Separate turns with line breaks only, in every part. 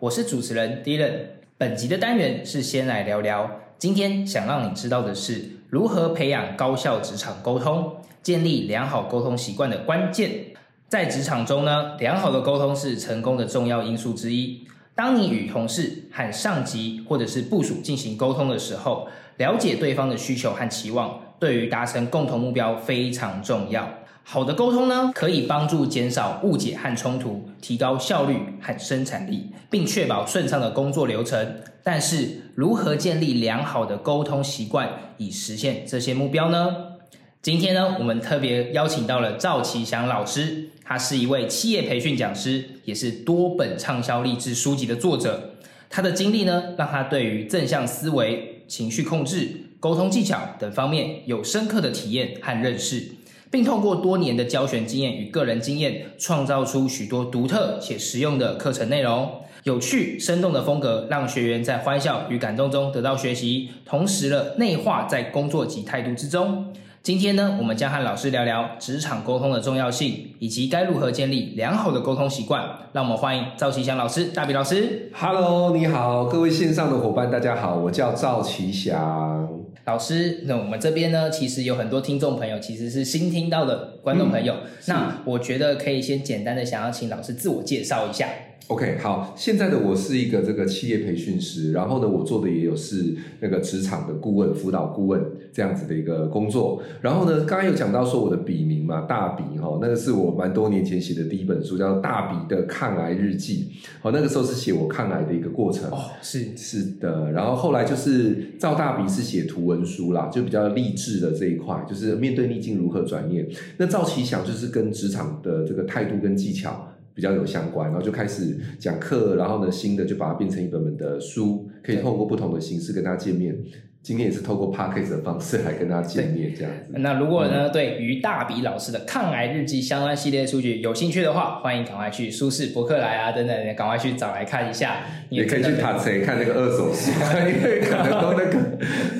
我是主持人 Dylan。本集的单元是先来聊聊，今天想让你知道的是如何培养高效职场沟通，建立良好沟通习惯的关键。在职场中呢，良好的沟通是成功的重要因素之一。当你与同事和上级或者是部署进行沟通的时候，了解对方的需求和期望，对于达成共同目标非常重要。好的沟通呢，可以帮助减少误解和冲突，提高效率和生产力，并确保顺畅的工作流程。但是，如何建立良好的沟通习惯，以实现这些目标呢？今天呢，我们特别邀请到了赵启祥老师，他是一位企业培训讲师，也是多本畅销励志书籍的作者。他的经历呢，让他对于正向思维、情绪控制、沟通技巧等方面有深刻的体验和认识，并透过多年的教学经验与个人经验，创造出许多独特且实用的课程内容。有趣生动的风格，让学员在欢笑与感动中得到学习，同时了内化在工作及态度之中。今天呢，我们将和老师聊聊职场沟通的重要性，以及该如何建立良好的沟通习惯。让我们欢迎赵其祥老师、大比老师。
Hello，你好，各位线上的伙伴，大家好，我叫赵奇祥。
老师，那我们这边呢，其实有很多听众朋友其实是新听到的观众朋友。
嗯
那我觉得可以先简单的想要请老师自我介绍一下。
OK，好，现在的我是一个这个企业培训师，然后呢，我做的也有是那个职场的顾问、辅导顾问这样子的一个工作。然后呢，刚刚有讲到说我的笔名嘛，大笔哈、那个是我蛮多年前写的第一本书，叫《大笔的抗癌日记》。哦，那个时候是写我抗癌的一个过程。
哦，是
是的，然后后来就是赵大笔是写图文书啦，就比较励志的这一块，就是面对逆境如何转念。那赵奇祥就是跟职场的这个态度跟技巧比较有相关，然后就开始讲课，然后呢新的就把它变成一本本的书，可以透过不同的形式跟大家见面。今天也是透过 p a c k a g e 的方式来跟大家见面，这样子。
那如果
嗯
呢，对于大比老师的抗癌日记相关系列书籍有兴趣的话，欢迎赶快去舒适博客来啊等等，赶快去找来看一下。你
也可以去
真的
塔谁看那个二手书，因为可能都那个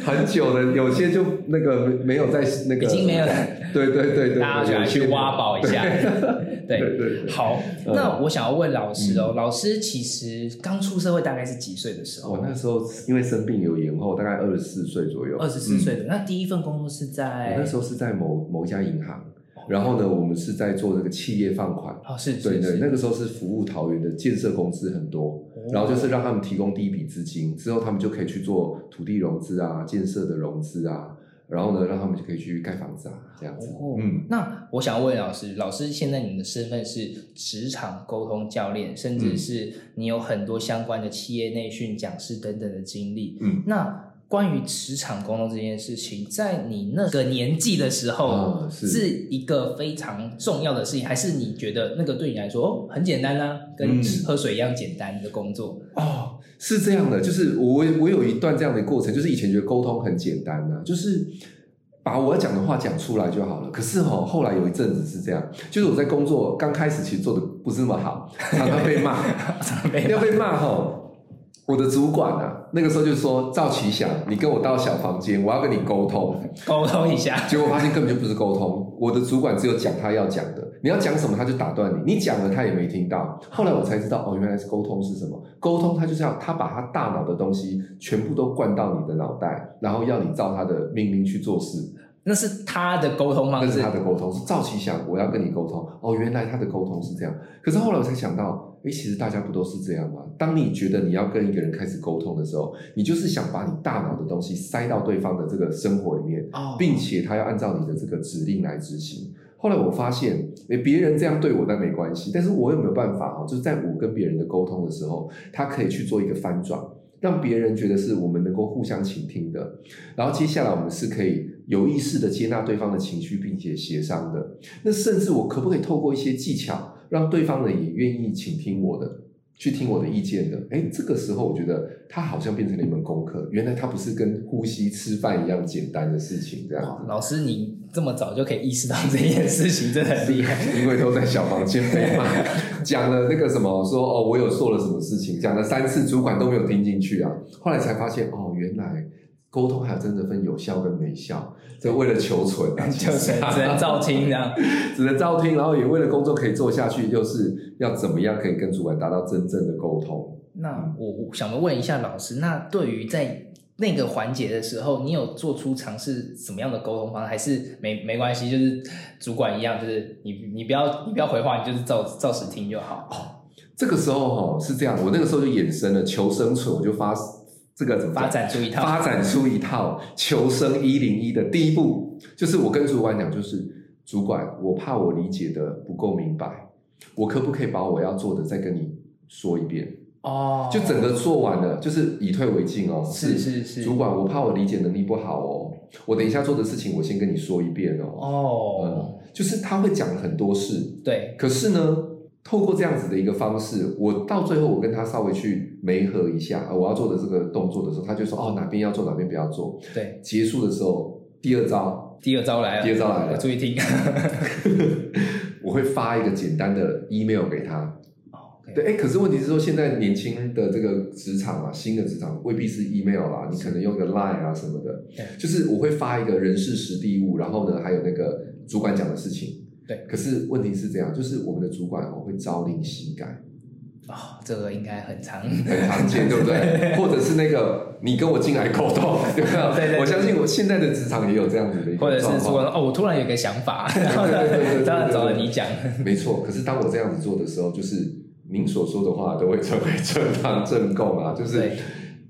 很久的，有些就那个没有在那个
已经没有了，
对对对对，
大家赶快去挖宝一 下。对，
对对嗯对对。
好，那我想要问老师哦，老师其实刚出社会大概是几岁的时
我
候？
哦那时候因为生病有延后，大概二十四岁左右。
二十四
嗯
岁的。那第一份工作是在
我那时候是在某某一家银行，然后呢，我们是在做那个企业放款。
哦，是
对
是
对，
是，
那个时候是服务桃园的建设公司很多，然后就是让他们提供第一笔资金，之后他们就可以去做土地融资啊、建设的融资啊，然后呢，让他们就可以去盖房子啊，这样子。
哦，
嗯，
那我想问老师，老师现在你们的身份是职场沟通教练，甚
嗯
至是你有很多相关的企业内训讲师等等的经历。
嗯，
那关于职场沟通这件事情，在你那个年纪的时候，
啊是
是一个非常重要的事情，还是你觉得那个对你来说哦很简单啊，跟
嗯
喝水一样简单的工 作？
哦，是这样的，就是我我有一段这样的过程，就是以前觉得沟通很简单呐、就是把我要讲的话讲出来就好了。可是哦，后来有一阵子是这样，就是我在工作刚开始其实做的不是那么好，常常被骂，要被骂吼。我的主管啊，那个时候就说赵奇祥，你跟我到小房间，我要跟你沟通。
沟通一下，
结果发现根本就不是沟通，我的主管只有讲他要讲的，你要讲什么他就打断你，你讲了他也没听到。后来我才知道，哦，原来是沟通是什么？沟通他就是要他把他大脑的东西全部都灌到你的脑袋，然后要你照他的命令去做事。
那是他的沟通
那
方
是
式
他。的沟通，是赵奇祥，我要跟你沟通。哦，原来他的沟通是这样。可是后来我才想到，诶，其实大家不都是这样吗？当你觉得你要跟一个人开始沟通的时候，你就是想把你大脑的东西塞到对方的这个生活里面，
哦
并且他要按照你的这个指令来执行。后来我发现，诶，别人这样对我那没关系，但是我有没有办法哦？就是在我跟别人的沟通的时候，他可以去做一个翻转，让别人觉得是我们能够互相倾听的。然后接下来我们是可以有意识的接纳对方的情绪，并且协商的。那甚至我可不可以透过一些技巧，让对方呢也愿意倾听我的？去听我的意见的。哎，这个时候我觉得它好像变成了一门功课，原来它不是跟呼吸、吃饭一样简单的事情，这样
哇老师，你这么早就可以意识到这件事情，真的很厉 害。
因为都在小房间被骂，讲了那个什么，说哦，我有做了什么事情，讲了三次，主管都没有听进去啊。后来才发现，哦，原来沟通还真的分有效跟没效，这为了求存 啊，其
就
实啊
只能只能照听这 样。
只能照听，然后也为了工作可以做下去，就是要怎么样可以跟主管达到真正的沟通。
那我我想问一下老师，那对于在那个环节的时候，你有做出尝试什么样的沟通方式，还是没没关系，就是主管一样，就是你你不要你不要回话，你就是照照实听就好。
这个时候哈、是这样，我那个时候就衍生了求生存，我就发这个怎么讲
发展出一套
发展出一套求生一零一的第一步，就是我跟主管讲，就是主管，我怕我理解的不够明白，我可不可以把我要做的再跟你说一遍？
哦
就整个做完了，就是以退为进哦。
是是是
主管，我怕我理解能力不好哦，我等一下做的事情我先跟你说一遍哦。
哦
嗯，，就是他会讲很多事，
对，
可是呢，透过这样子的一个方式，我到最后我跟他稍微去媒合一下，啊我要做的这个动作的时候，他就说哦哪边要做哪边不要做。
对，
结束的时候，第二招
第二招来了，
第二招来了
我注意 听。
我会发一个简单的 email 给他。
哦
对，哎，可是问题是说，现在年轻的这个职场啊，新的职场未必是 email 啦，你可能用个 line 啊什么的
对，
就是我会发一个人事实地物，然后呢，还有那个主管讲的事情。
对
可是问题是这样，就是我们的主管哦会朝令夕改。
哦，这个应该很长，
很常见，对 不对？或者是那个你跟我进来沟通，对吧？
对对对
我相信我现在的职场也有这样子的一
或
个
者
状
是
况。
说哦，我突然有个想法，然后
对对对对对
当然找了你讲。
没错，可是当我这样子做的时候，就是您所说的话都会成为正当正供啊，就是
对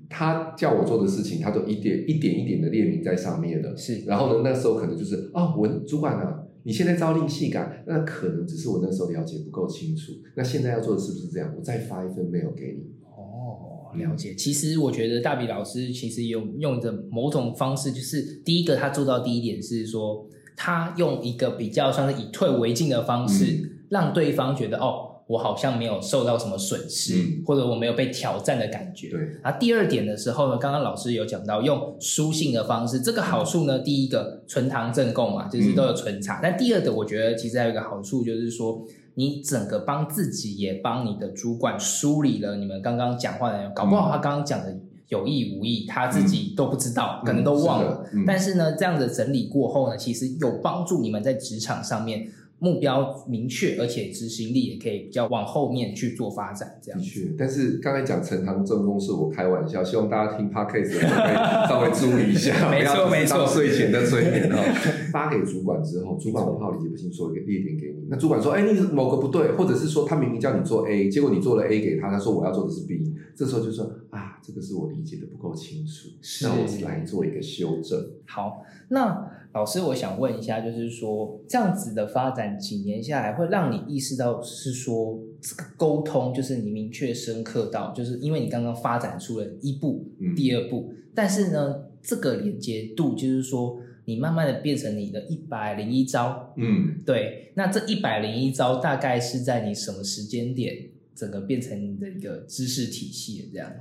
他叫我做的事情，他都一点一点一点的列明在上面了。
是
然后呢，那时候可能就是哦，我主管啊，你现在朝令夕改，那可能只是我那时候了解不够清楚。那现在要做的是不是这样？我再发一份 mail 给你。
哦，了解。其实我觉得大比老师其实有用着某种方式，就是第一个他做到第一点是说，他用一个比较像是以退为进的方式，
嗯
让对方觉得哦，我好像没有受到什么损失，
嗯
或者我没有被挑战的感觉。
对，
啊，第二点的时候呢，刚刚老师有讲到用书信的方式，这个好处呢，第一个存堂证供嘛，就是都有
嗯
存查。但第二个，我觉得其实还有一个好处就是说，你整个帮自己也帮你的主管梳理了你们刚刚讲话的内容，搞不
嗯
好他刚刚讲的有意无意，他自己都不知道，可能都忘了。
是的嗯
但是呢，这样的整理过后呢，其实有帮助你们在职场上面目标明确，而且执行力也可以比较往后面去做发展，这样
的。确，但是刚才讲陈塘正宫是我开玩笑，希望大家听 podcast 的时候可以 稍微注意一下，
没错
不要只是
没错
当睡前的催眠哦。 发给主管之后，主管我怕我理解不清，说一个列点给你。那主管说：“哎，你某个不对，或者是说他明明叫你做 A，结果你做了 A 给他，他说我要做的是 B。”这时候就说：“啊，这个是我理解的不够清楚，
是
那我来做一个修正。
好，那老师，我想问一下，就是说这样子的发展几年下来，会让你意识到是说这个沟通，就是你明确深刻到，就是因为你刚刚发展出了一步、
嗯
第二步，但是呢，这个连接度就是说，你慢慢的变成你的一百零一招。”
嗯，
对，那这一百零一招大概是在你什么时间点，整个变成你的一个知识体系的这样？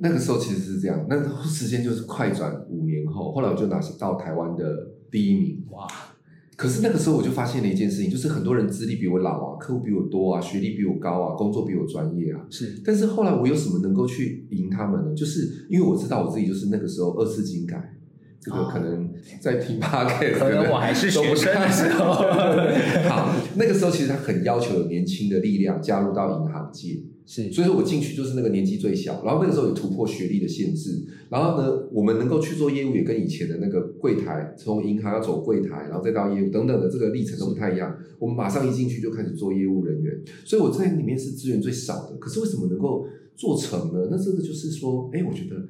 那个时候其实是这样，那个时间就是快转五年后，后来我就拿到台湾的第一名。
哇，
可是那个时候我就发现了一件事情，就是很多人资历比我老啊，客户比我多啊，学历比我高啊，工作比我专业啊。
是
但是后来我有什么能够去赢他们呢？就是因为我知道我自己就是那个时候二次精改，这个
哦
可能在 听 podcast，
可
的
能
人
我还是
都
学
不
生的
看
时候，
好，那个时候其实他很要求有年轻的力量加入到银行界，
是
所以说我进去就是那个年纪最小，然后那个时候也突破学历的限制，然后呢，我们能够去做业务也跟以前的那个柜台，从银行要走柜台，然后再到业务等等的这个历程都不太一样。我们马上一进去就开始做业务人员，所以我在里面是资源最少的。可是为什么能够做成呢？那这个就是说，哎，我觉得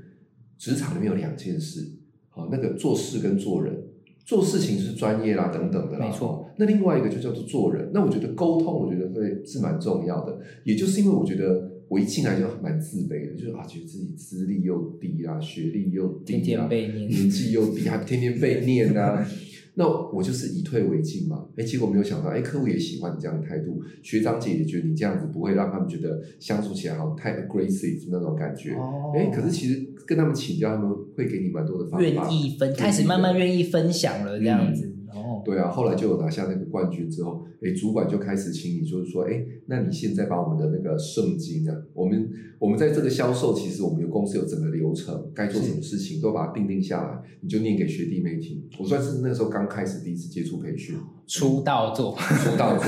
职场里面有两件事，好、那个做事跟做人。做事情是专业啦，等等的啦。
没错
哦。那另外一个就叫做做人。那我觉得沟通，我觉得会是蛮重要的。也就是因为我觉得我一进来就蛮自卑的，就是啊，觉得自己资历又低啊，学历又低
天天
啊，
被念。
年纪又低，还天天被念啊。那我就是以退为进嘛。哎，结果没有想到，哎，客户也喜欢你这样的态度，学长姐也觉得你这样子不会让他们觉得相处起来好像太 aggressive 那种感觉。
哦
哎、可是其实跟他们请教，他们会给你蛮多的方法。
愿意分，开始慢慢愿意分享了这样子，哦，
对啊，后来就有拿下那个冠军之后，哎，主管就开始请你，就是说，哎，那你现在把我们的那个圣经啊，我们我们在这个销售，其实我们有公司有整个流程，该做什么事情都把它定定下来，你就念给学弟妹听。我算是那时候刚开始第一次接触培训，
出道作，
出道做，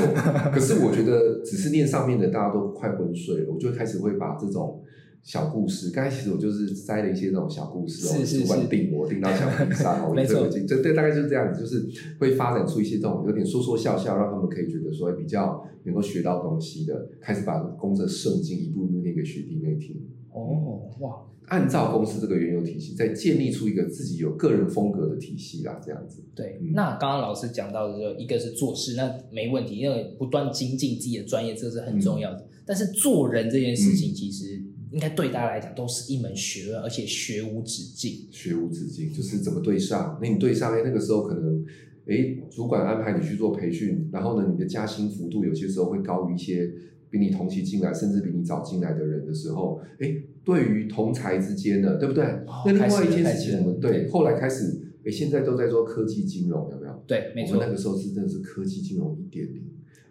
可是我觉得只是念上面的，大家都快昏睡了，我就开始会把这种。小故事，刚才其实我就是摘了一些那种小故事哦，
是是
主管
是
定我定到小比 赛哦，
没错
我就这个这对大概就是这样子，就是会发展出一些这种有点说说笑笑，让他们可以觉得说哎比较能够学到东西的，开始把公司的圣经一步一步念给学弟妹听。
哦，哇，
按照公司这个原有体系，再建立出一个自己有个人风格的体系啦，这样子。
对，
嗯
那刚刚老师讲到的，就一个是做事，那没问题，因为不断精进自己的专业，这是很重要
嗯
的。但是做人这件事情，其实应该对大家来讲都是一门学问，而且学无止境。
学无止境，就是怎么对上。那你对上，哎，那个时候可能，哎，主管安排你去做培训，然后呢，你的加薪幅度有些时候会高于一些比你同期进来，甚至比你早进来的人的时候，哎，对于同才之间呢，对不对？
哦
那另
开始
外一件
开
事
始
情，我们
对
对后来开始，哎，现在都在做科技金融，有没有？
对，没
我
错
们那，个时候是真的是科技金融一点零，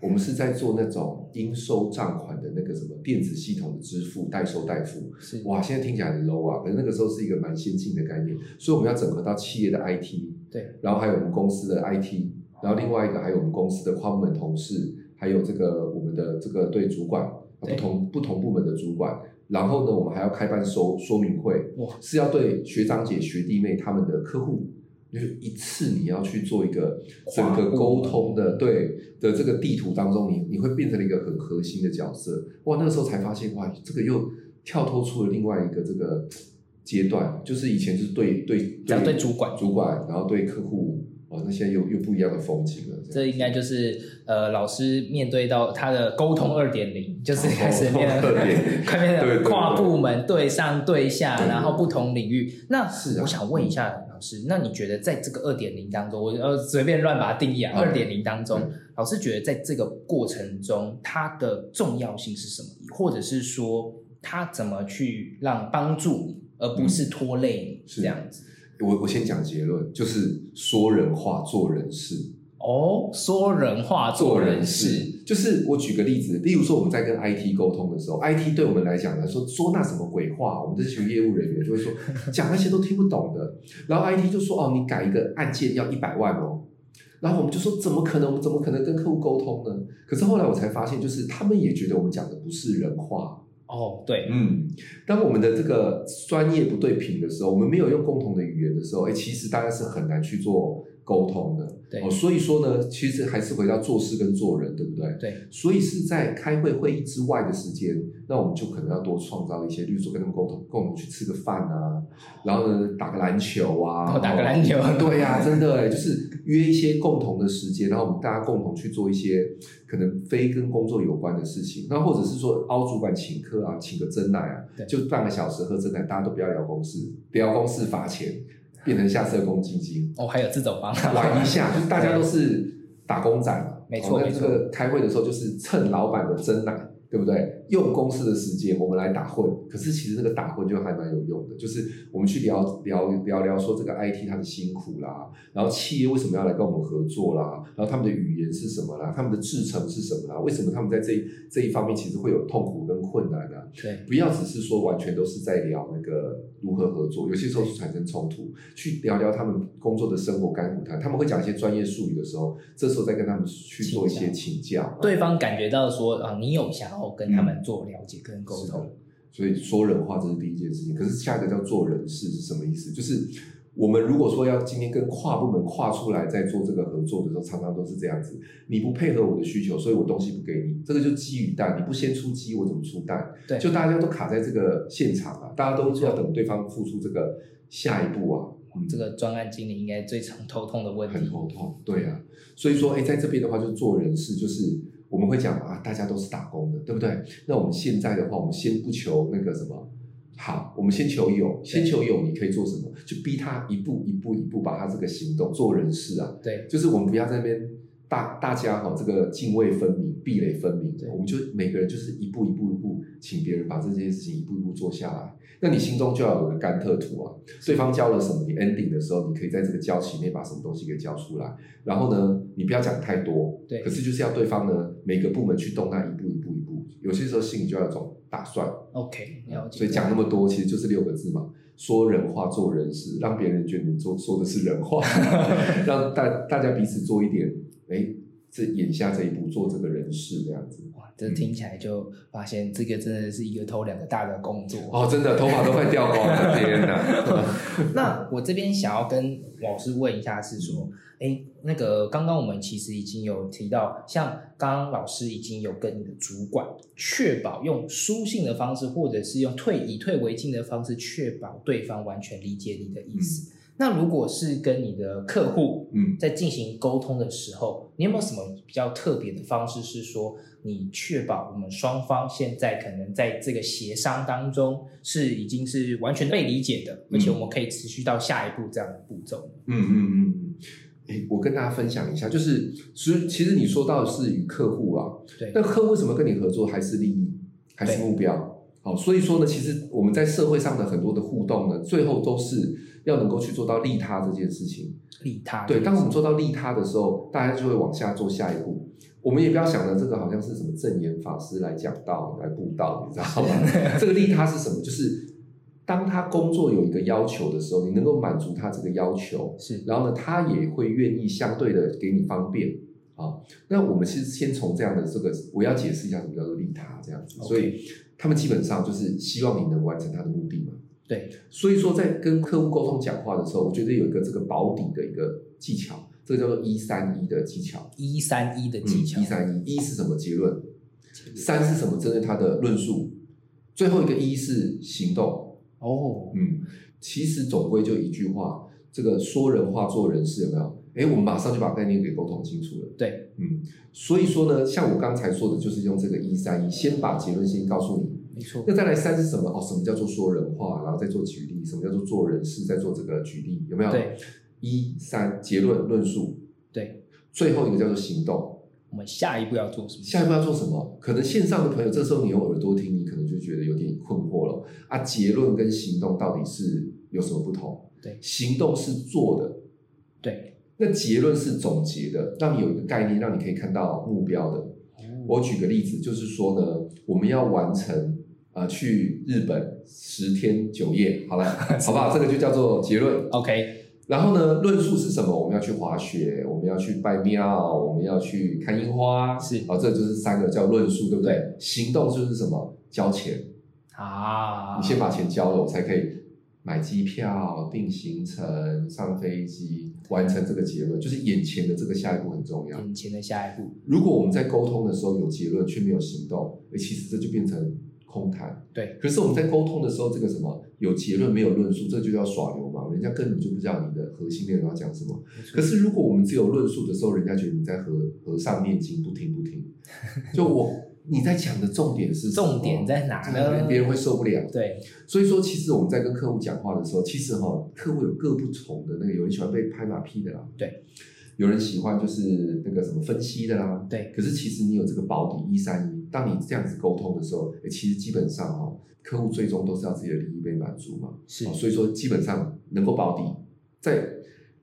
我们是在做那种应收账款的那个什么电子系统的支付、代收代付。
是
哇，现在听起来很 low 啊，可是那个时候是一个蛮先进的概念，所以我们要整合到企业的 IT，
对，
然后还有我们公司的 IT，然后另外一个还有我们公司的跨部门同事，还有这个我们的这个对主管，
对
不同不同部门的主管，然后呢，我们还要开办说说明会，
哇，
是要对学长姐、学弟妹他们的客户，就是一次你要去做一个整个
啊
沟通的对的这个地图当中，你你会变成了一个很核心的角色。哇，那个时候才发现，哇，这个又跳脱出了另外一个这个阶段，就是以前就是对对
讲对主管
主管，然后对客户，哦，那现在又又不一样的风景了。
这应该就是呃，老师面对到他的沟通二点零，就是开始变
沟通
得
2.0
快变
对
得
对对
跨部门对上对下，
对对
然后不同领域。那
是啊
我想问一下老师，那你觉得在这个二点零当中，我呃随便乱把它定义啊，
嗯
二点零当中
嗯，
老师觉得在这个过程中，它的重要性是什么？或者是说，它怎么去让帮助你，而不是拖累你
是
这样子？
我我先讲结论，就是说人话，做人事。
哦，说人话，
做
做
人
人事，
事，哦就是我举个例子，例如说我们在跟 IT 沟通的时候，IT 对我们来讲呢，说说那什么鬼话，我们这群业务人员就会说 讲那些都听不懂的，然后 IT 就说哦，你改一个按键要一百万哦，然后我们就说怎么可能，我们怎么可能跟客户沟通呢？可是后来我才发现，就是他们也觉得我们讲的不是人话，
哦，对，
嗯，当我们的这个专业不对频的时候，我们没有用共同的语言的时候，哎，其实大家是很难去做沟通的。
对
哦，所以说呢，其实还是回到做事跟做人，对不对？
对。
所以是在开会会议之外的时间，那我们就可能要多创造一些，例如说跟他们沟通，共同去吃个饭啊，然后呢打个篮球啊，
哦打个篮球
哦对呀、真的哎，就是约一些共同的时间，然后我们大家共同去做一些可能非跟工作有关的事情，那或者是说凹主管请客啊，请个真奶
对
啊，就半个小时喝真奶，大家都不要聊公事，聊公事罚钱，变成下社工基金。
哦，还有这种方 法，
玩一下，就是大家都是打工仔嘛，
没错
哦
没
那这个开会的时候就是蹭老板的真奶，对不对？用公司的时间我们来打混，可是其实那个打混就还蛮有用的，就是我们去聊聊聊聊说这个 IT 它的辛苦啦，然后企业为什么要来跟我们合作啦，然后他们的语言是什么啦，他们的制程是什么啦，为什么他们在这一这一方面其实会有痛苦跟困难啊？
对，
不要只是说完全都是在聊那个如何合作，有些时候是产生冲突，去聊聊他们工作的生活甘苦谈。他们会讲一些专业术语的时候，这时候再跟他们去做一些请教。
对方感觉到说啊，你有想要跟他
嗯
们做了解跟沟
是的
通，
所以说人话这是第一件事情，可是下一个叫做人事是什么意思？就是我们如果说要今天跟跨部门跨出来在做这个合作的时候，常常都是这样子，你不配合我的需求，所以我东西不给你，这个就鸡与蛋，你不先出鸡，我怎么出蛋？
对
就大家都卡在这个现场啊，大家都要等对方付出这个下一步啊，嗯
这个专案经理应该最常头痛的问
很
题。
头痛，对啊，所以说，哎，在这边的话，就做人事，就是我们会讲啊，大家都是打工的，对不对？那我们现在的话，我们先不求那个什么好，我们先求有，先求有，你可以做什么？就逼他一步一步一步把他这个行动做人事啊，
对，
就是我们不要在那边大大家哈、这个泾渭分明、壁垒分明
对，
我们就每个人就是一步一步一步，请别人把这件事情一步一步做下来。那你心中就要有个甘特图啊，对方教了什么，你 ending 的时候，你可以在这个教期内把什么东西给教出来。然后呢，你不要讲太多，
对
可是就是要对方呢每个部门去动那一步一步一步，有些时候心里就要有种打算，
OK，了解。
嗯所以讲那么多，其实就是六个字嘛：说人话，做人事，让别人觉得你做说的是 人话，让大大家彼此做一点，哎，这眼下这一步做这个人事这样子。
哇，这听起来就发现这个真的是一个头两个大的工作。
哦，真的头发都快掉光了，天哪！
那我这边想要跟老师问一下，是说，哎，那个刚刚我们其实已经有提到，像刚刚老师已经有跟你的主管确保用书信的方式，或者是用退以退为进的方式，确保对方完全理解你的意思。那如果是跟你的客户
嗯，
在进行沟通的时候，你有没有什么比较特别的方式？是说你确保我们双方现在可能在这个协商当中是已经是完全被理解的，
嗯
而且我们可以持续到下一步这样的步骤。
嗯嗯嗯嗯，诶我跟大家分享一下，就是其实其实你说到的是与客户啊，
对
那客户为什么跟你合作，还是利益，还是
对
目标？好，所以说呢，其实我们在社会上的很多的互动呢，最后都是要能够去做到利他这件事情。
利他
对，当我们做到利他的时候，大家就会往下做下一步。我们也不要想着这个好像是什么正言法师来讲道、来布道，你知道吗？这个利他是什么？就是当他工作有一个要求的时候，你能够满足他这个要求，
是
然后呢，他也会愿意相对的给你方便。好，那我们是先从这样的这个，我要解释一下什么叫做利他这样子。
OK
所以他们基本上就是希望你能完成他的目的嘛。
对
所以说，在跟客户沟通讲话的时候，我觉得有一个这个保底的一个技巧，这个叫做一三一的技巧。嗯
一三一的技巧，
一三一，一是什么结论？三是什么？针对他的论述。最后一个一是行动。
哦，
嗯，其实总归就一句话，这个说人话做人事有没有？哎，我们马上就把概念给沟通清楚了。
对，
嗯，所以说呢，像我刚才说的，就是用这个一三一，先把结论先告诉你，
没错
那，再来三是什么？哦，什么叫做说人话，然后再做举例，什么叫做做人事，再做这个举例，有没有？
对，
一三结论论述，
对，
最后一个叫做行动。
我们下一步要做什么？
下一步要做什么？可能线上的朋友，这时候你用耳朵听，你可能就觉得有点困惑了啊。结论跟行动到底是有什么不同？
对
行动是做的，
对，
那结论是总结的，让你有一个概念，让你可以看到目标的。
哦
我举个例子，就是说呢，我们要完成啊、呃去日本十天九夜， 好了，好不好？这个就叫做结论。
OK，
然后呢，论述是什么？我们要去滑雪，我们要去拜庙，我们要去看樱花，
是
好，这就是三个叫论述，对不对？
对
行动就是什么？交钱，
啊，
你先把钱交了，我才可以买机票、定行程、上飞机，完成这个结论。就是眼前的这个下一步很重要。
眼前的下一步，
如果我们在沟通的时候有结论却没有行动，诶，其实这就变成空谈。
对，
可是我们在沟通的时候，这个什么有结论没有论述，这就叫耍流氓，人家根本就不知道你的核心内容要讲什么。
没错
可是如果我们只有论述的时候，人家觉得你在和和尚念经，不听不 听。就我你在讲的重点是什么
重点在呃哪
对
呢？
别人会受不了。
对
所以说，其实我们在跟客户讲话的时候，其实哈、客户有各不同的那个，有人喜欢被拍马屁的啦，
对，
有人喜欢就是那个什么分析的啦，
对，
可是其实你有这个保底一三一，当你这样子沟通的时候，诶其实基本上哈、客户最终都是要自己的利益被满足嘛，
是
哦所以说基本上能够保底，在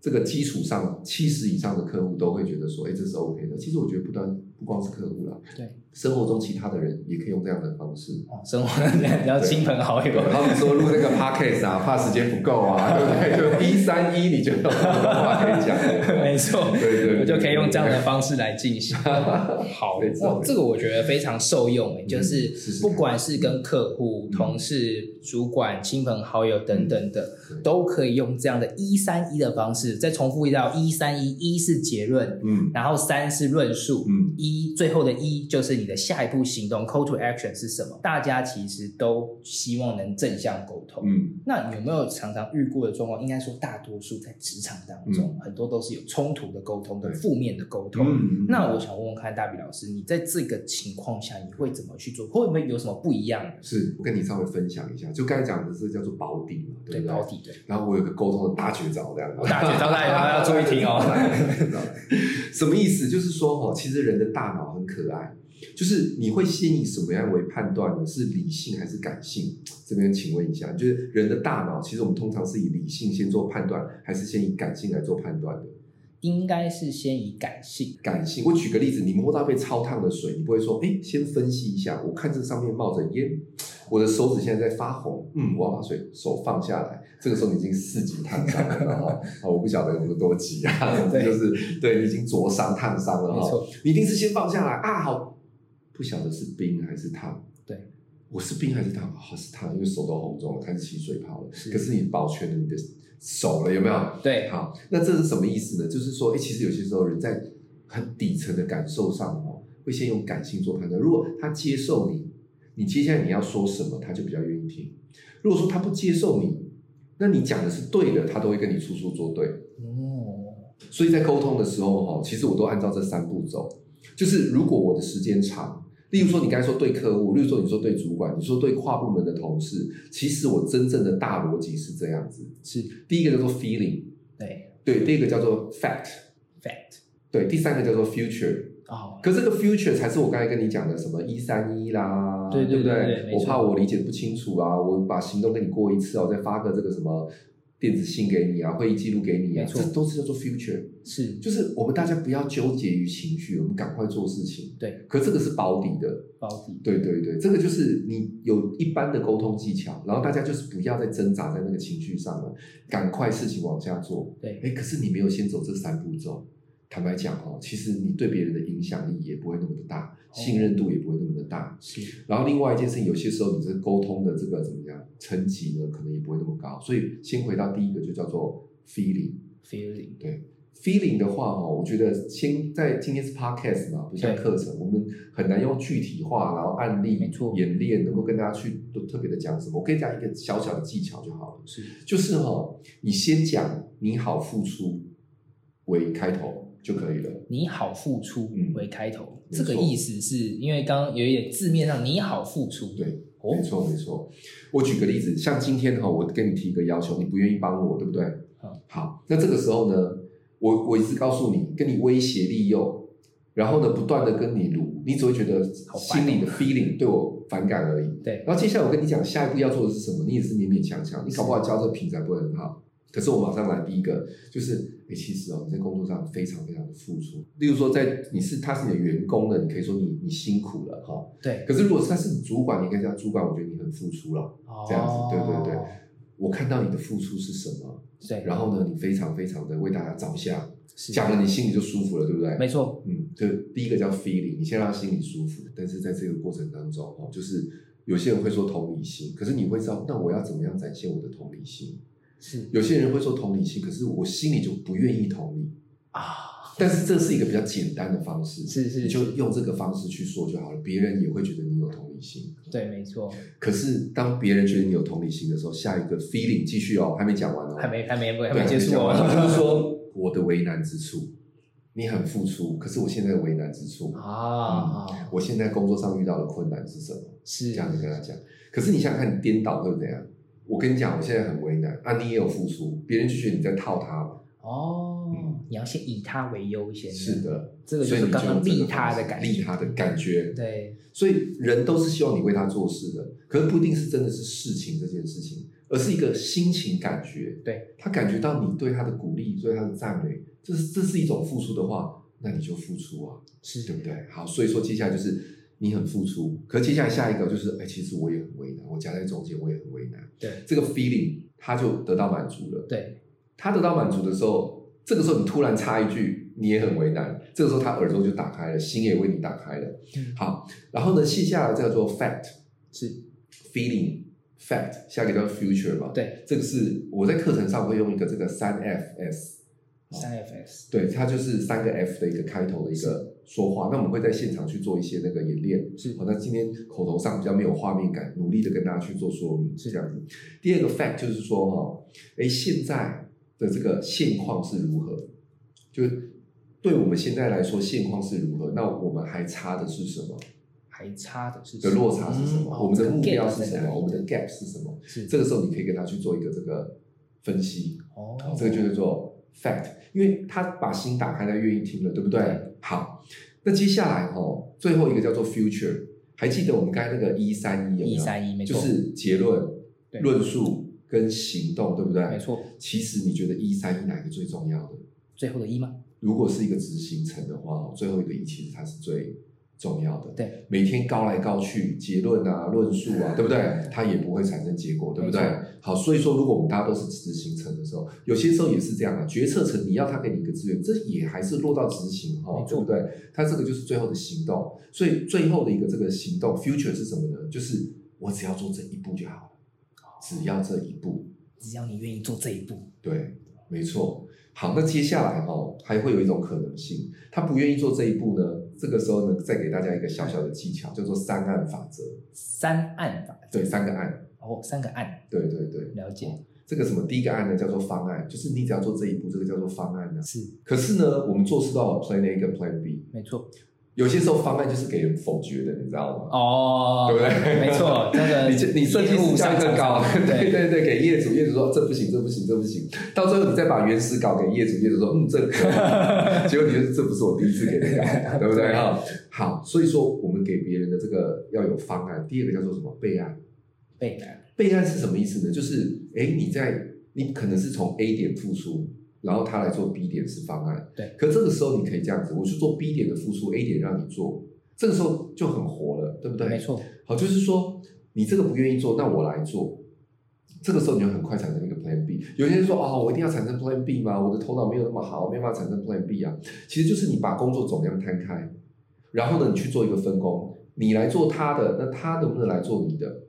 这个基础上，七十以上的客户都会觉得说，哎，这是 OK 的。其实我觉得不单不光是客户啦，
对，
生活中其他的人也可以用这样的方式。
哦，生活的比较亲朋好友，
然后你说录那个 podcast 啊，怕时间不够啊，对不对？就一三一，你就有很多话可以讲。
没错，
对对对，
我就可以用这样的方式来进行。好
没，错嗯
哇，这个我觉得非常受用诶，欸就
试
是
试看
不管是跟客
嗯
户、同事、主管、亲朋好友等等的，
嗯对
都可以用这样的一三一的方式。再重复一道一三一，一是结论，
嗯
然后三是论述，
嗯
一最后的一就是你你的下一步行动 call to action 是什么？大家其实都希望能正向沟通。
嗯
那有没有常常遇过的状况？应该说，大多数在职场当中，很多都是有冲突的沟通、跟
对
负面的沟通。
嗯，
那我想问问看，大比老师，你在这个情况下，你会怎么去做？会不会有什么不一样的？
是我跟你稍微分享一下，就刚才讲的是叫做保底嘛，
对，
不对？
包底对，
然后我有个沟通的大绝招，这样。
大绝招大绝招大家要注意听 哦
什么意思？就是说哦，其实人的大脑很可爱，就是你会先以什么样为判断呢？是理性还是感性？这边请问一下，就是人的大脑，其实我们通常是以理性先做判断，还是先以感性来做判断的？
应该是先以感性，
感性，我举个例子，你摸到被超烫的水，你不会说，哎，先分析一下，我看这上面冒着烟，我的手指现在在发红，嗯，我要把水手放下来。这个时候你已经四级烫伤了哈， 啊，我不晓得有多级啊，
对
就是对你已经灼伤烫伤了
没
哈，
错，
你一定是先放下来啊，好，不晓得是冰还是烫，
对。
我是冰还是烫？好、是烫，因为手都红肿了，开始起水泡了。
是
可是你保全了你的手了，有没有？
对，哦
好，那这是什么意思呢？就是说，哎、其实有些时候人在很底层的感受上哦，会先用感性做判断。如果他接受你，你接下来你要说什么，他就比较愿意听；如果说他不接受你，那你讲的是对的，他都会跟你处处作对。
哦，
所以在沟通的时候哈，其实我都按照这三步走，就是如果我的时间长。例如说，你刚才说对客户，例如说你说对主管，你说对跨部门的同事，其实我真正的大逻辑是这样子：
是
第一个叫做 feeling，
对
对，第二个叫做 fact，
fact
对，第三个叫做 future。
哦，
可这个 future 才是我刚才跟你讲的什么一三一啦，
对对
不
对对没
我
错
怕我理解不清楚啊，我把行动跟你过一次哦，再发个这个什么电子信给你啊，会议记录给你啊
没，错
这都是叫做 future。
是
就是我们大家不要纠结于情绪，我们赶快做事情。
对
可这个是保底的，
包底，
对对对，这个就是你有一般的沟通技巧，然后大家就是不要再挣扎在那个情绪上了，赶快事情往下做。
对
哎，可是你没有先走这三步骤，坦白讲哦，其实你对别人的影响力也不会那么的大，信任度也不会那么的大。
是
然后另外一件事情，有些时候你这个沟通的这个怎么样层级呢，可能也不会那么高。所以先回到第一个，就叫做 feeling。
feeling
对 feeling 的话哦，我觉得先在今天是 podcast 嘛，不像
对
课程，我们很难用具体化，然后案例、
没错
演练，能够跟大家去都特别的讲什么。我可以讲一个小小的技巧就好了。
是
就是哦，你先讲你好付出为开头就可以了。
你好付出
嗯
为开头，
没
这个
错
意思是因为刚刚有一点字面上你好付出，
对，
哦
没错没错。我举个例子，像今天哈、我跟你提一个要求，你不愿意帮我，对不对？
嗯
好，那这个时候呢，我我一直告诉你，跟你威胁利诱，然后呢，不断的跟你撸，你只会觉得
好烦哦
心里的 feeling 对我反感而已。
对
然后接下来我跟你讲，下一步要做的是什么，你也是勉勉强强，你搞不好教这个品质还不会很好。可是我马上来第一个，就是哎，其实哦，你在工作上非常非常的付出。例如说在，你是他是你的员工了，你可以说你你辛苦了哈、
对，
可是如果是他是你主管，你可以讲主管，我觉得你很付出了。这样子对对对我看到你的付出是什么，
哦对对，
然后呢，你非常非常的为大家着想，
是
讲了你心里就舒服了，对不对？
没错，
嗯，就第一个叫 feeling，你先让他心里舒服。但是在这个过程当中哦，就是有些人会说同理心，可是你会知道，那我要怎么样展现我的同理心？
是
有些人会说同理心，可是我心里就不愿意同理。
啊，
但是这是一个比较简单的方式，
是是
你就用这个方式去说就好了，别人也会觉得你有同理心。
对，没错，
可是当别人觉得你有同理心的时候，下一个 feeling 继续哦，还没讲完哦，
还没还没还
对
没结束
讲完
哦，
就是说我的为难之处，你很付出，可是我现在的为难之处，
啊，
我现在工作上遇到的困难是什么？
是
这样子跟他讲。可是你想想看，你颠倒会怎样？我跟你讲，我现在很为难啊，你也有付出，别人就觉得你在套他嘛。
哦
嗯，
你要先以他为优先，
是，的，
这个就
所以
是
你就
刚刚
用这个
利他
方式
的感
利
觉，
他的感觉。
对，
所以人都是希望你为他做事的，可是不一定是真的是事情这件事情，而是一个心情感觉。
对，
他感觉到你对他的鼓励，对他的赞美，这是这是一种付出的话，那你就付出啊，
是
对不对？好，所以说接下来就是你很付出，可接下来下一个就是，哎，其实我也很为难，我夹在中间，我也很为难。
对
这个 feeling 他就得到满足了。
对，
他得到满足的时候，这个时候你突然插一句，你也很为难，这个时候他耳朵就打开了，心也为你打开了。
嗯
好，然后呢，接下来叫做 fact
是，
feeling fact，下一个叫 future 嘛。，
对，
这个是我在课程上会用一个这个三 F S，
三 FS，
对，它就是三个 F 的一个开头的一个说话，那我们会在现场去做一些那个演练。哦
是
好，那今天口头上比较没有画面感，努力的跟大家去做说明，是这样子。第二个 fact 就是说哈，哎，现在的这个现况是如何？就是对我们现在来说，现况是如何？那我们还差的是什么？
还差的是
的落差是什么？
嗯
我们的目
gap
标是
在
什
哪里
么？我们的 gap 是什么？
是
这个时候你可以跟他去做一个这个分析，
哦
好，这个就叫做 fact，因为他把心打开，他愿意听了，对不对？好，那接下来哦，最后一个叫做 future，还记得我们刚才那个一三一有没
一
有？
三一没
就
错，
是结论
对、
论述跟行动，对不对？
没。错，
其实你觉得一三一哪个最重要的？
最后的一吗？
如果是一个执行层的话，最后一个一其实它是最重要的。
对，
每天高来高去，结论啊、论述啊，对不对？它也不会产生结果，对不对
嗯没错？
好，所以说，如果我们大家都是执行层的时候，有些时候也是这样啊。决策层你要他给你一个资源，这也还是落到执行哈、
没
对
错
不对？它这个就是最后的行动，所以最后的一个这个行动 future 是什么呢？就是我只要做这一步就好了，只要这一步，
只要你愿意做这一步，
对，没错。好，那接下来哦，还会有一种可能性，他不愿意做这一步呢。这个时候呢，再给大家一个小小的技巧，叫做三案法则。
三案法，
对，三个案。
哦，三个案，
对对对，
了解，
这个什么第一个案呢，叫做方案，就是你只要做这一步，这个叫做方案呢、
是
可是呢，我们做事到有 Plan A 跟 Plan B，
没错，
有些时候方案就是给人否决的，你知道吗？
哦，
对不 对？
没错，这个
你这你设计
业
师
务上
价更高，对
对，
对对，给业主，业主说这不行，这不行，这不行，到最后你再把原始稿给业主，业主说嗯，这个 可以，结果你就这不是我第一次给你稿，对不对哈？好，所以说我们给别人的这个要有方案，第二个叫做什么备案？
备案，
备案是什么意思呢？就是哎，你在你可能是从 A 点付出，然后他来做 B 点是方案，
对。
可这个时候你可以这样子，我去做 B 点的付出，A 点让你做，这个时候就很活了，对不对？
没错，
好，就是说你这个不愿意做，那我来做。这个时候你就很快产生一个 Plan B。有些人说哦，我一定要产生 Plan B 吗？我的头脑没有那么好，没办法产生 Plan B 啊。其实就是你把工作总量摊开，然后呢，你去做一个分工，你来做他的，那他能不能来做你的？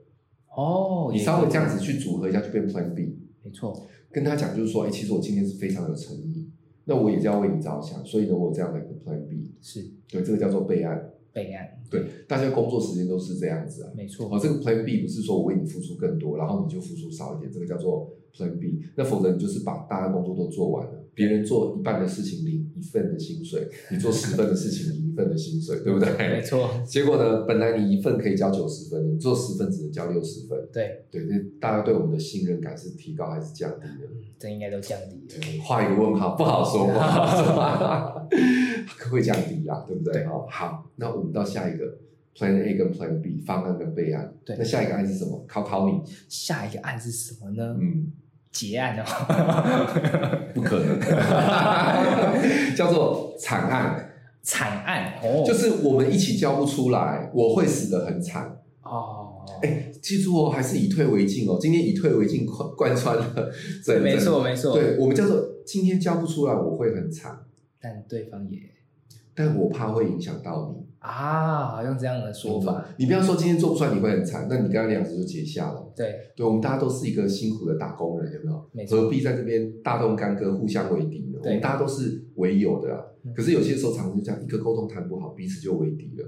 哦，
你
也
稍微
可以
这样子去组合一下，就变 Plan B。
没错，
跟他讲就是说，哎，其实我今天是非常有诚意，那我也是要为你着想，所以呢，我有这样的一个 Plan B。
是
对，这个叫做备案。
备案，
对，大家工作时间都是这样子啊。
没错，
哦，这个 Plan B 不是说我为你付出更多，然后你就付出少一点，这个叫做 Plan B。那否则你就是把大家工作都做完了，别人做一半的事情领一份的薪水，你做十份的事情领一份的薪水，对不
没
对？
错，
结果呢，本来你一份可以交九十分，你做十份只能交六十分，
对，
对，那大家对我们的信任感是提高还是降低呢？
嗯，这应该都降低了，
画一个问号，不好说，不好说， 会降低啊，对不对？
对
哦，好，那我们到下一个 Plan A 跟 Plan B 方案跟备案。
对
那下一个案是什么？考考你。
下一个案是什么呢？
嗯，
结案哦，
不可能， 叫做惨案，
惨案哦，
就是我们一起交不出来，我会死得很惨。
哦，
哎，记住哦，还是以退为进哦。今天以退为进贯贯穿了整，
没错没
整，
错，，
对我们叫做今天交不出来，我会很惨，
但对方也
但我怕会影响到你。
啊，好像这样的说法，
你不要说今天做不出来你会很惨，那你刚刚那样子就结下了。
对，
对，我们大家都是一个辛苦的打工人，有没有？
没错
何必在这边大动干戈、互相为敌呢？我
对
们大家都是为友的啊。
嗯
可是有些时候常常就这样，一个沟通谈不好，彼此就为敌了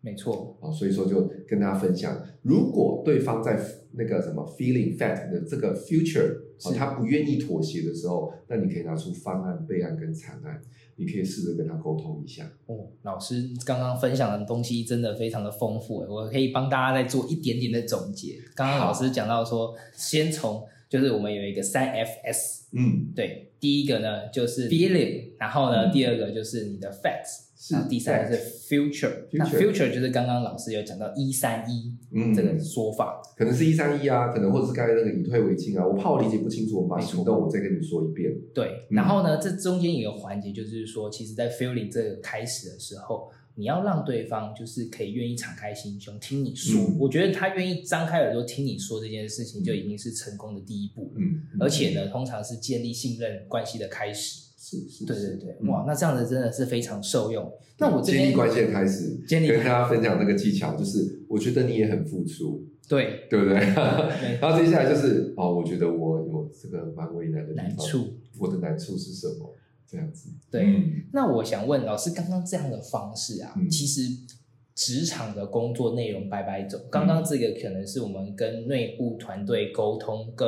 没错，
啊。所以说，就跟大家分享，如果对方在那个什么 feeling fat 的这个 future，啊
是
他不愿意妥协的时候，那你可以拿出方案、备案跟惨案，你可以试着跟他沟通一下。
哦，老师刚刚分享的东西真的非常的丰富，哎我可以帮大家再做一点点的总结。刚刚老师讲到说，先从就是我们有一个三 FS，
嗯，
对，第一个呢就是 feeling，然后呢，
嗯
第二个就是你的 facts，
是
然后第三个是 future。那
Future
future 就是刚刚老师有讲到一三一
嗯
这个说法，
可能是一三一啊，可能或者是刚才那个以退为进啊，我怕我理解不清楚，我们把
没错
行动我再跟你说一遍。
对。
嗯
然后呢，这中间有个环节就是说，其实在 feeling 这个开始的时候，你要让对方就是可以愿意敞开心胸听你说。
嗯
我觉得他愿意张开耳朵听你说这件事情，就已经是成功的第一步了。
嗯，
而且呢，通常是建立信任关系的开始。
是是，
对
是
对对，
嗯
哇，那这样子真的是非常受用。那我这
建
边
立关系的开始，
建立
跟大家分享那个技巧，就是我觉得你也很付出，
对
对不对？
没
然后接下来就是哦，我觉得我有这个蛮为难的地
难
方，
处
我的难处是什么？这样子。
对，
嗯
那我想问老师，刚刚这样的方式啊，
嗯
其实职场的工作内容百百种。
嗯
刚刚这个可能是我们跟内部团队沟通、跟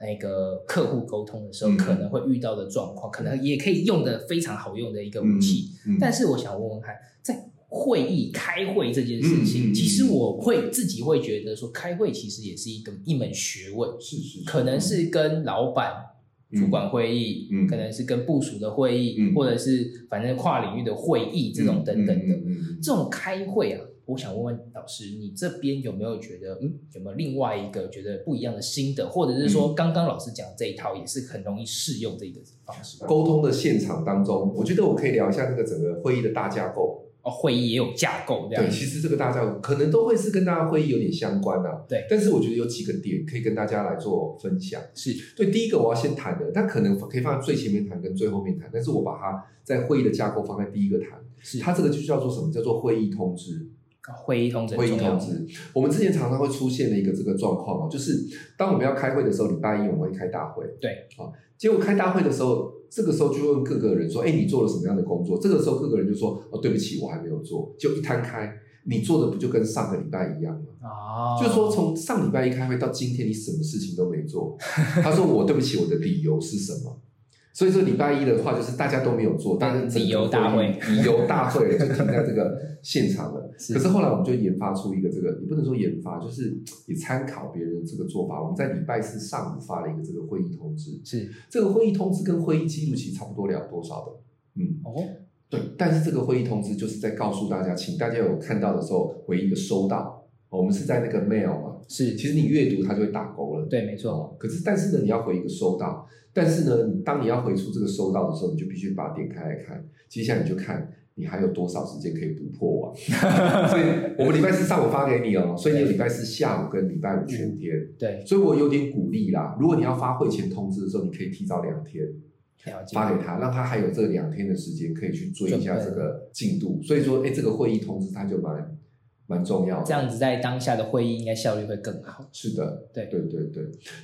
那个客户沟通的时候
嗯
可能会遇到的状况，可能也可以用的非常好用的一个武器。
嗯
但是我想问问看，在会议开会这件事
嗯
情，
嗯嗯
其实我会自己会觉得说，开会其实也是一个一门学问，
是是是
可能是跟老板
嗯
主管会议，
嗯
可能是跟部署的会议，
嗯
或者是反正跨领域的会议这种等等的、
嗯嗯嗯嗯
这种开会啊。我想问问老师，你这边有没有觉得，嗯，有没有另外一个觉得不一样的新的，或者是
嗯
说刚刚老师讲这一套也是很容易适用的一个方式？
沟通的现场当中，我觉得我可以聊一下这个整个会议的大架构。
哦，会议也有架构这样
对，
子，
其实这个大家可能都会是跟大家会议有点相关啊。
对
但是我觉得有几个点可以跟大家来做分享。
是
对，第一个我要先谈的，但可能可以放在最前面谈跟最后面谈，但是我把它在会议的架构放在第一个谈。
是啊
它这个就叫做什么？叫做会议通知。
会议通知很
会议
重要
通知，我们之前常常会出现的一个这个状况哦，就是当我们要开会的时候，礼拜一我们会开大会，
对，
啊、结果开大会的时候，这个时候就问各个人说，哎，你做了什么样的工作？这个时候各个人就说，哦，对不起，我还没有做，就一摊开，你做的不就跟上个礼拜一样吗？
哦，
就是说，从上礼拜一开会到今天，你什么事情都没做。他说：“我对不起，我的理由是什么？”所以说礼拜一的话，就是大家都没有做，但是整个
理由大会
议理由大会就停在这个现场了。
是
可是后来我们就研发出一个这个，也不能说研发，就是也参考别人这个做法。我们在礼拜四上午发了一个这个会议通知，
是
这个会议通知跟会议记录其实差不多了多少的，嗯，
哦，
对，但是这个会议通知就是在告诉大家，请大家有看到的时候回一个收到。哦我们是在那个 mail 嘛，
是
其实你阅读它就会打勾了。
对，没错，
哦，可是但是呢，你要回一个收到，但是呢，你当你要回出这个收到的时候，你就必须把它点开来看，接下来你就看你还有多少时间可以补破网。 所以我们礼拜四上午发给你哦，所以你有礼拜四下午跟礼拜五全天。
对，
所以我有点鼓励啦，如果你要发会前通知的时候，你可以提早两天。
了解，
发给他，让他还有这两天的时间可以去追一下这个进度。所以说，哎，这个会议通知它就蛮蛮重要的。
这样子在当下的会议应该效率会更好。
是的，
对
对对对。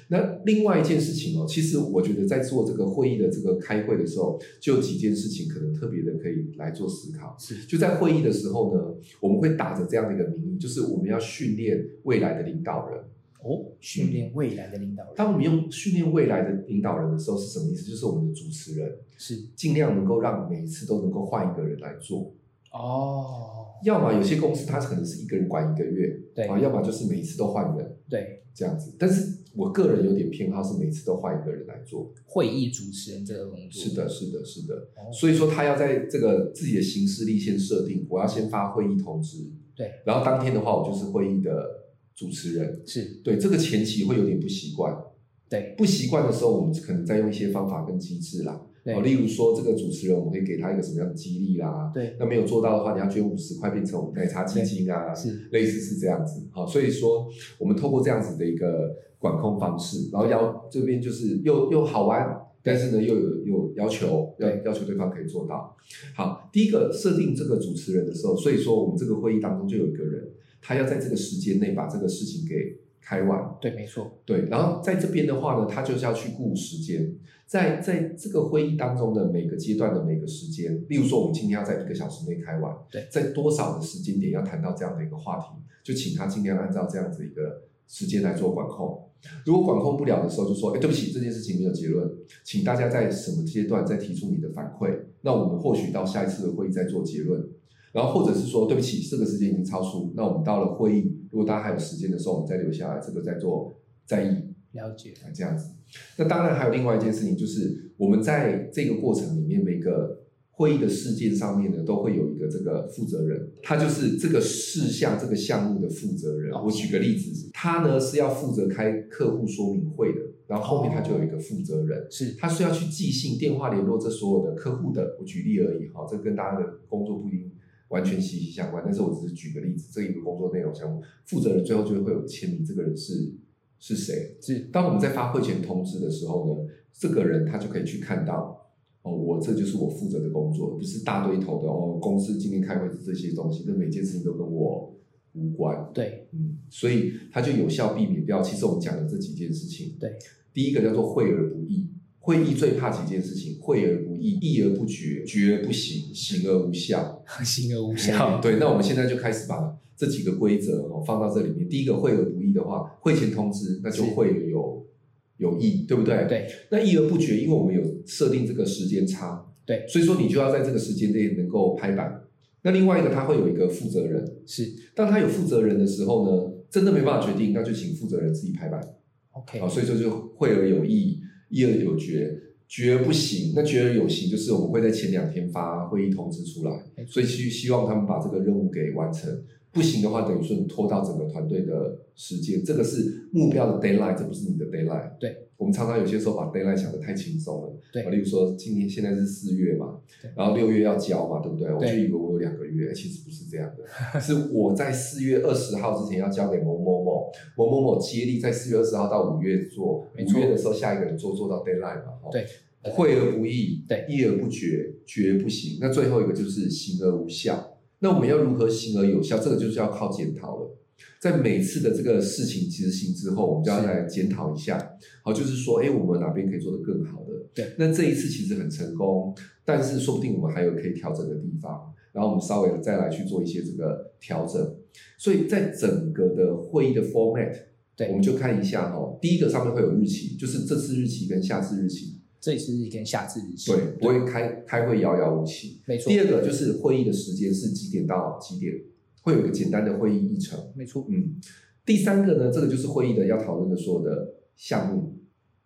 那另外一件事情哦，其实我觉得在做这个会议的这个开会的时候，就有几件事情可能特别的可以来做思考。
是
就在会议的时候呢，我们会打着这样的一个名义，就是我们要训练未来的领导人。
哦，训练未来的领导人
当我们用训练未来的领导人的时候，是什么意思？就是我们的主持人
是
尽量能够让每一次都能够换一个人来做。
哦，
要么有些公司它可能是一个人管一个月，
对
啊，要么就是每一次都换人
对，
这样子。但是我个人有点偏好是每次都换一个人来做，
会议主持人这个工作
是的，，是的，是的。
哦
所以说他要在这个自己的行事历先设定，我要先发会议通知，
对，
然后当天的话我就是会议的主持人。
是
对，这个前期会有点不习惯，
对
不习惯的时候我们可能再用一些方法跟机制啦，
对
哦，例如说这个主持人我们可以给他一个什么样的激励啦，
对
那没有做到的话，你要捐五十块变成我们奶茶基金啊，
是
类似是这样子，好，所以说我们透过这样子的一个管控方式，然后要这边就是又又好玩，但是呢又有有要求，要
对
要求对方可以做到。好，第一个设定这个主持人的时候，所以说我们这个会议当中就有一个人，他要在这个时间内把这个事情给开完，
对，没错，
对，然后在这边的话呢，他就是要去顾时间，在在这个会议当中的每个阶段的每个时间，例如说我们今天要在一个小时内开完，
对
在多少的时间点要谈到这样的一个话题，就请他尽量按照这样子一个时间来做管控。如果管控不了的时候，就说，哎，对不起，这件事情没有结论，请大家在什么阶段再提出你的反馈，那我们或许到下一次的会议再做结论。然后或者是说，对不起，这个时间已经超出，那我们到了会议，如果大家还有时间的时候，我们再留下来，这个再做再议，啊
了解，
这样子。那当然还有另外一件事情，就是我们在这个过程里面，每个会议的事件上面呢，都会有一个这个负责人，他就是这个事项、这个项目的负责人
哦。
我举个例子，他呢是要负责开客户说明会的，然后后面他就有一个负责人。
是
他是要去寄信、电话联络这所有的客户的。我举例而已，哈，这跟大家的工作不一定完全息息相关，但是我只是举个例子，这一个工作内容项目，负责人最后就会有签名，这个人是是谁。
是
当我们在发会前通知的时候呢，这个人他就可以去看到。哦，我这就是我负责的工作，而不是大堆头的哦。公司今天开会是这些东西，那每件事情都跟我无关。
对
嗯，所以它就有效避免掉。其实我们讲的这几件事情，
对，
第一个叫做会而不议，会议最怕几件事情：会而不议，议而不决，决而不行，行而无效。
行而无效。
对，那我们现在就开始把这几个规则哦放到这里面。第一个，会而不议的话，会前通知，那就是会有有议，对不对？。
对
那议而不决，因为我们有设定这个时间差，
对，
所以说你就要在这个时间内能够拍板。那另外一个，他会有一个负责人，
是
当他有负责人的时候呢，真的没办法决定，那就请负责人自己拍板。
OK
好，所以说就会而有意，意而有决，决而不行。那决而有行，就是我们会在前两天发会议通知出来
没，错
所以希希望他们把这个任务给完成。不行的话，等于说你拖到整个团队的时间，这个是目标的 deadline，这不是你的 deadline。
对，
我们常常有些时候把 deadline 想得太轻松了。
对
啊例如说今天现在是四月嘛
对，
然后六月要交嘛，对不对？哦我就
对
以为我有两个月，其实不是这样的，是我在四月二十号之前要交给某某某，某某某接力在四月二十号到五月做，
没
五
错
月的时候下一个人做做到 deadline 嘛，哦
对，
会而不议，
对
议而不决，决而不行。那最后一个就是行而无效。那我们要如何行而有效？这个就是要靠检讨了。在每次的这个事情执行之后，我们就要
是
来检讨一下，好，就是说，哎，我们哪边可以做得更好的？
对，
那这一次其实很成功，但是说不定我们还有可以调整的地方，然后我们稍微再来去做一些这个调整。所以在整个的会议的 format，
对
我们就看一下哈、哦，第一个上面会有日期，就是这次日期跟下次日期，
这也是一根夏至日期。
对，不会开开会遥遥无期。
没错
第，二个就是会议的时间是几点到几点，会有一个简单的会议议程。
没错，
嗯，第三个呢，这个就是会议的要讨论的所有的项目，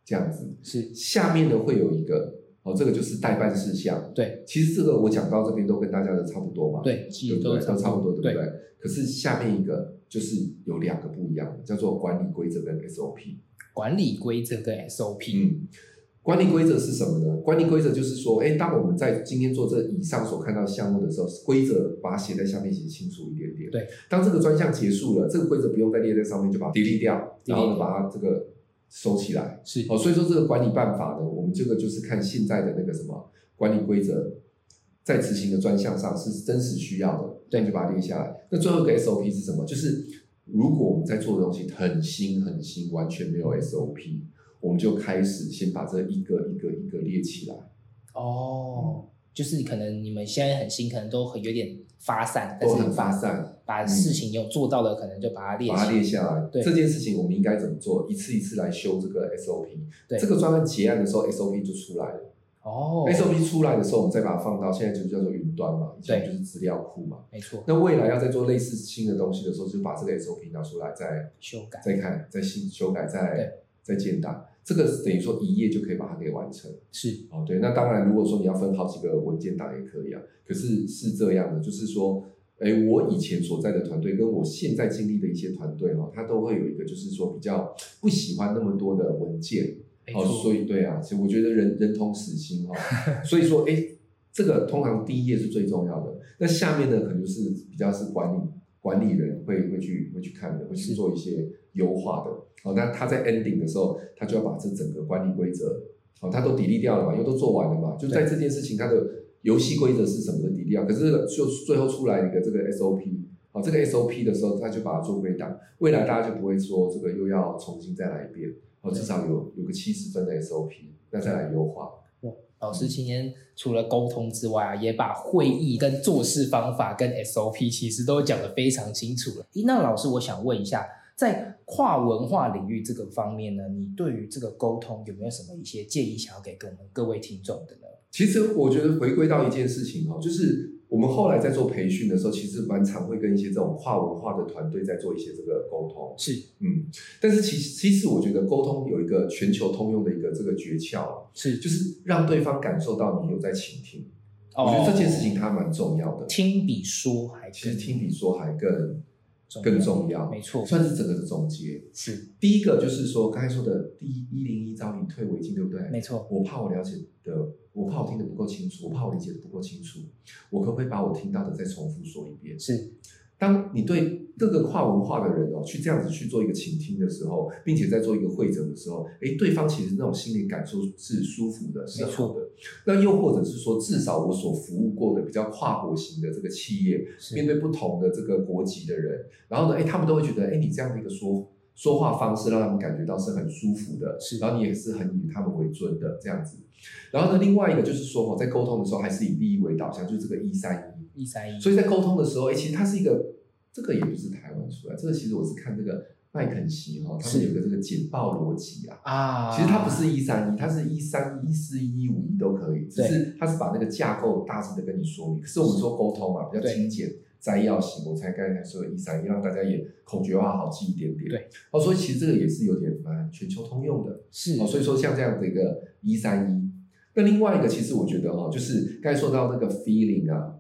这样子。
是
下面呢会有一个哦，这个就是代办事项。
对
其实这个我讲到这边都跟大家的差不多嘛，
对，其
对
实
不对？
都
都差不多，对不
对
对？可是下面一个就是有两个不一样的，叫做管理规则跟 SOP。
管理规则跟 SOP，
嗯，管理规则是什么呢？管理规则就是说，哎，当我们在今天做这以上所看到的项目的时候，规则把它写在下面写清楚一点点。
对，
当这个专项结束了，这个规则不用再列在上面，就把它 delete 掉，
delete
然后呢
掉
把它这个收起来。
是
哦，所以说这个管理办法呢，我们这个就是看现在的那个什么管理规则。在执行的专项上是真实需要的，
对
那就把它列下来。那最后一个 SOP 是什么？就是如果我们在做的东西很新很新，完全没有
嗯
SOP，我们就开始先把这一个一个一个列起来。
哦，就是可能你们现在很新，可能都很有点发散，但
都
是
很
你把
发散，
把事情有做到的，可能就把它列
把它列
起。
下来。
对
这件事情我们应该怎么做？一次一次来修这个 SOP。
对
这个专案结案的时候，SOP 就出来了。
哦，
SOP 出来的时候，我们再把它放到现在就叫做云端嘛，以前就是资料库嘛。
没错，
那未来要再做类似新的东西的时候，就把这个 SOP 拿出来，再
修改
再看、再新修改、
对
再再建档。这个等于说一页就可以把它给完成。
是
哦，对，那当然，如果说你要分好几个文件档也可以啊。可是是这样的，就是说，哎，我以前所在的团队跟我现在经历的一些团队哦，它都会有一个就是说比较不喜欢那么多的文件
没
哦，
错，
所以对啊，其实我觉得人人同死心哦， 所以说，哎，这个通常第一页是最重要的，那下面呢，可能就是比较是管理管理人会会去会去看的，会去
是
做一些优化的。哦，那他在 ending 的时候，他就要把这整个管理规则，哦，他都砥砺掉了嘛，因为都做完了嘛，就在这件事情它的游戏规则是什么的砥砺掉，可是这个就最后出来一个这个 SOP。哦，这个 SOP 的时候，他就把它做归档，未来大家就不会说这个又要重新再来一遍，哦，至少有有个七十分的 SOP，那再来优化。
老师今天除了沟通之外啊，也把会议跟做事方法跟 SOP 其实都讲得非常清楚了。咦，那老师，我想问一下，在跨文化领域这个方面呢，你对于这个沟通有没有什么一些建议想要给跟我们各位听众的呢？
其实我觉得回归到一件事情哦，就是我们后来在做培训的时候，其实蛮常会跟一些这种跨文化的团队在做一些这个沟通。
是
嗯，但是其实其实我觉得沟通有一个全球通用的一个这个诀窍啊，
是，
就是让对方感受到你有在倾听。
哦
我觉得这件事情它蛮重要的，
听比说还
其实
更
听比说还更
重要
更重要，
没错
算是整个的总结。
是
第一个就是说刚才说的第一零一招以退为进，对不对？
没错，
我怕我了解的，我怕我听得不够清楚，我怕我理解的不够清楚，我可不可以把我听到的再重复说一遍？
是
当你对各个跨文化的人哦，去这样子去做一个倾听的时候，并且在做一个会诊的时候，诶，对方其实那种心理感受是舒服的，是
没错
好的。那又或者是说，至少我所服务过的比较跨国型的这个企业，面
是
对不同的这个国籍的人，然后呢，诶，他们都会觉得，诶，你这样的一个说说话方式让他们感觉到是很舒服的，
是
然后你也是很以他们为尊的这样子。然后呢，另外一个就是说，在沟通的时候还是以利益为导向，就是这个一三一。
一三一，
所以在沟通的时候，哎、其实它是一个，这个也不是台湾出来，这个其实我是看这个麦肯锡哈、他
是
们有个这个简报逻辑啊。
啊，
其实它不是一三一，它是一三一四一五一都可以，只
对
是它是把那个架构大致的跟你说明。可是我们说沟通嘛，比较
对
精简摘要型，我才刚才说的一三一，让大家也口诀化好记一点点。
对，
哦，所以其实这个也是有点蛮全球通用的。
是
哦，所以说像这样的一个一三一，那另外一个其实我觉得哦，就是刚才说到那个 feeling 啊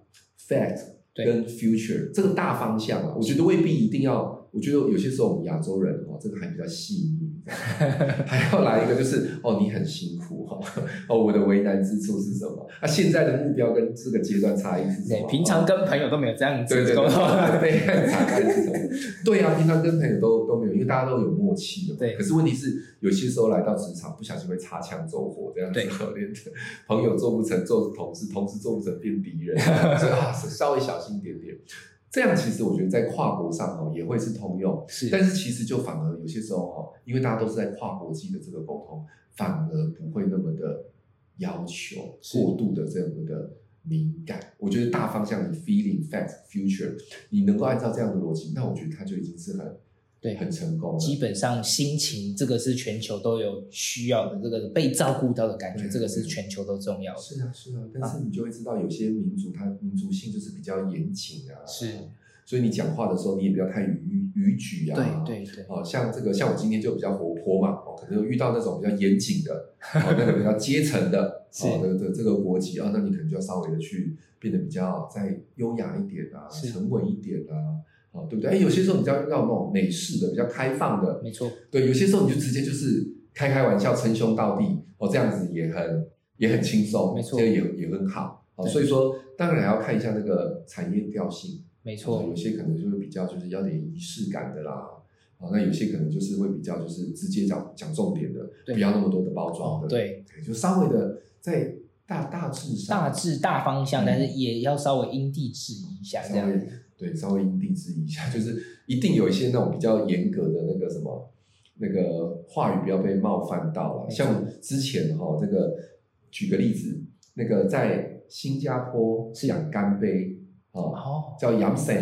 ，fact
对
跟 future 这个大方向啊，我觉得未必一定要，我觉得有些时候我们亚洲人哦，这个还比较细腻， 还要来一个就是哦，你很辛苦哦，哦，我的为难之处是什么？那、现在的目标跟这个阶段差异是什
对，
么？
平常跟朋友都没有这样
对
子
对
沟通，
对，被看查看是什么？对啊，平常跟朋友都都没有，因为大家都有默契的嘛。
对
可是问题是，有些时候来到职场，不小心会擦枪走火这样子
对，
连朋友做不成做同事，同事做不成变敌人，所以啊，稍微小心一点点。这样其实我觉得在跨国上哦也会是通用，
是
但是其实就反而有些时候哦，因为大家都是在跨国际的这个沟通，反而不会那么的要求
是
过度的这么的敏感。我觉得大方向你 feeling fact future，你能够按照这样的逻辑，那我觉得它就已经是很
对
很成功了。
基本上心情这个是全球都有需要的，这个被照顾到的感觉，
对
这个是全球都重要的。
是啊，是啊，但是你就会知道，有些民族它民族性就是比较严谨啊，
是，
所以你讲话的时候你也不要太逾逾矩啊，
对对对，
哦，像这个，像我今天就比较活泼嘛，哦，可能遇到那种比较严谨的，哦，那个比较阶层的，
是
哦的的这个国籍啊、那你可能就要稍微的去变得比较再优雅一点啊，
是
沉稳一点啊，哦，对不对？哎，有些时候你就要那种美式的，比较开放的，
没错，
对，有些时候你就直接就是开开玩笑，称兄道弟，哦，这样子也很也很轻松，
没错
这个也也很好，哦，
对
所以说当然还要看一下那个产业调性。
没
哦
错
有，些可能就会比较就是要点仪式感的啦，哦，那有些可能就是会比较就是直接讲讲重点的，
对
不要那么多的包装
哦
的，，
对，
就稍微的在大大致上，
大致大方向，
嗯
但是也要稍微因地制宜一下，这
稍
样
微对稍微因地制宜一下，就是一定有一些那种比较严格的那个什么那个话语不要被冒犯到了，
没错
像之前哈、这个举个例子，那个在新加坡
是
讲干杯哦，
哦，
叫 Yam s e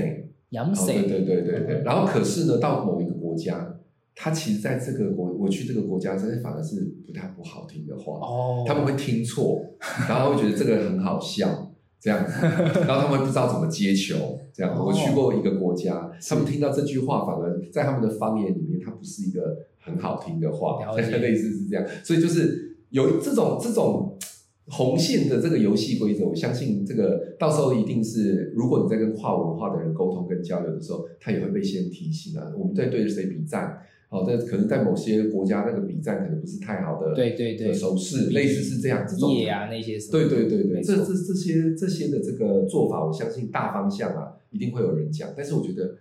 杨
哦，对
谁
对对对对。
嗯
然后可是呢，到某一个国家，他其实在这个国，我去这个国家，真的反而是不太不好听的话，
哦，
他们会听 错，然后会觉得这个很好笑。这样子，然后他们不知道怎么接球，这样子。
哦
我去过一个国家，他们听到这句话，反而在他们的方言里面，它不是一个很好听的话
了，解
类似是这样。所以就是有这种这种红线的这个游戏规则，我相信这个到时候一定是，如果你在跟跨文化的人沟通跟交流的时候，他也会被先提醒啊。我们在对着谁比赞，哦，但可能在某些国家那个比赞可能不是太好的，
对对对
的手势类似是这样这种
夜啊那些什么，
对对对对，
没
这
错
这这些这些的这个做法，我相信大方向啊，一定会有人讲。但是我觉得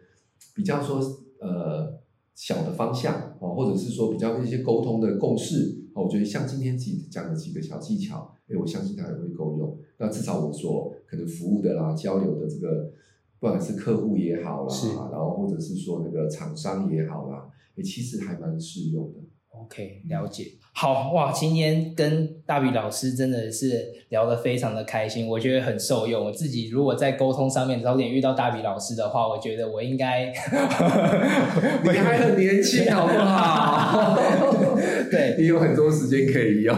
比较说呃小的方向哦，或者是说比较一些沟通的共识哦，我觉得像今天几讲的几个小技巧，哎，我相信它也会够用。那至少我说可能服务的啦、交流的这个，不管是客户也好啦
是，
然后或者是说那个厂商也好啦，哎，其实还蛮适用的。
OK，了解。好哇，今天跟大比老师真的是聊得非常的开心，我觉得很受用。我自己如果在沟通上面早点遇到大比老师的话，我觉得我应该
你还很年轻，好不 好？
对
你有很多时间可以用。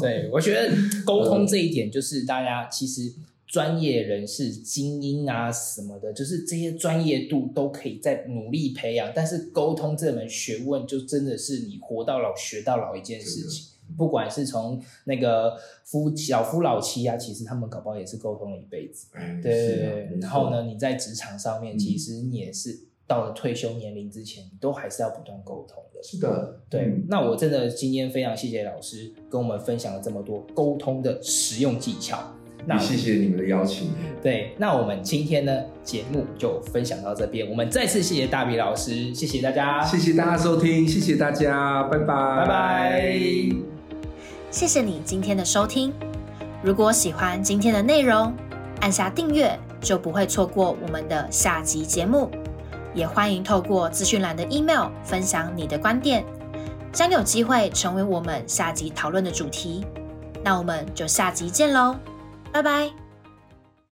对，我觉得沟
呃
通这一点就是大家其实专业人士、精英啊什么的，就是这些专业度都可以再努力培养。但是沟通这门学问，就真的是你活到老学到老一件事情。不管是从那个夫小夫老妻啊，其实他们搞不好也是沟通了一辈子。
哎
对
是
对
啊
对
没错
然后呢，你在职场上面，
嗯
其实你也是到了退休年龄之前，你都还是要不断沟通的。
是的，
对，
嗯
那我真的今天非常谢谢老师跟我们分享了这么多沟通的实用技巧。那
也谢谢你们的邀请，
对，那我们今天呢节目就分享到这边，我们再次谢谢大比老师，谢谢大家，
谢谢大家收听，谢谢大家，拜拜，
拜
拜
拜。
谢谢你今天的收听。如果喜欢今天的内容，按下订阅就不会错过我们的下集节目。也欢迎透过资讯栏的 email 分享你的观点，将有机会成为我们下集讨论的主题。那我们就下集见喽，拜拜。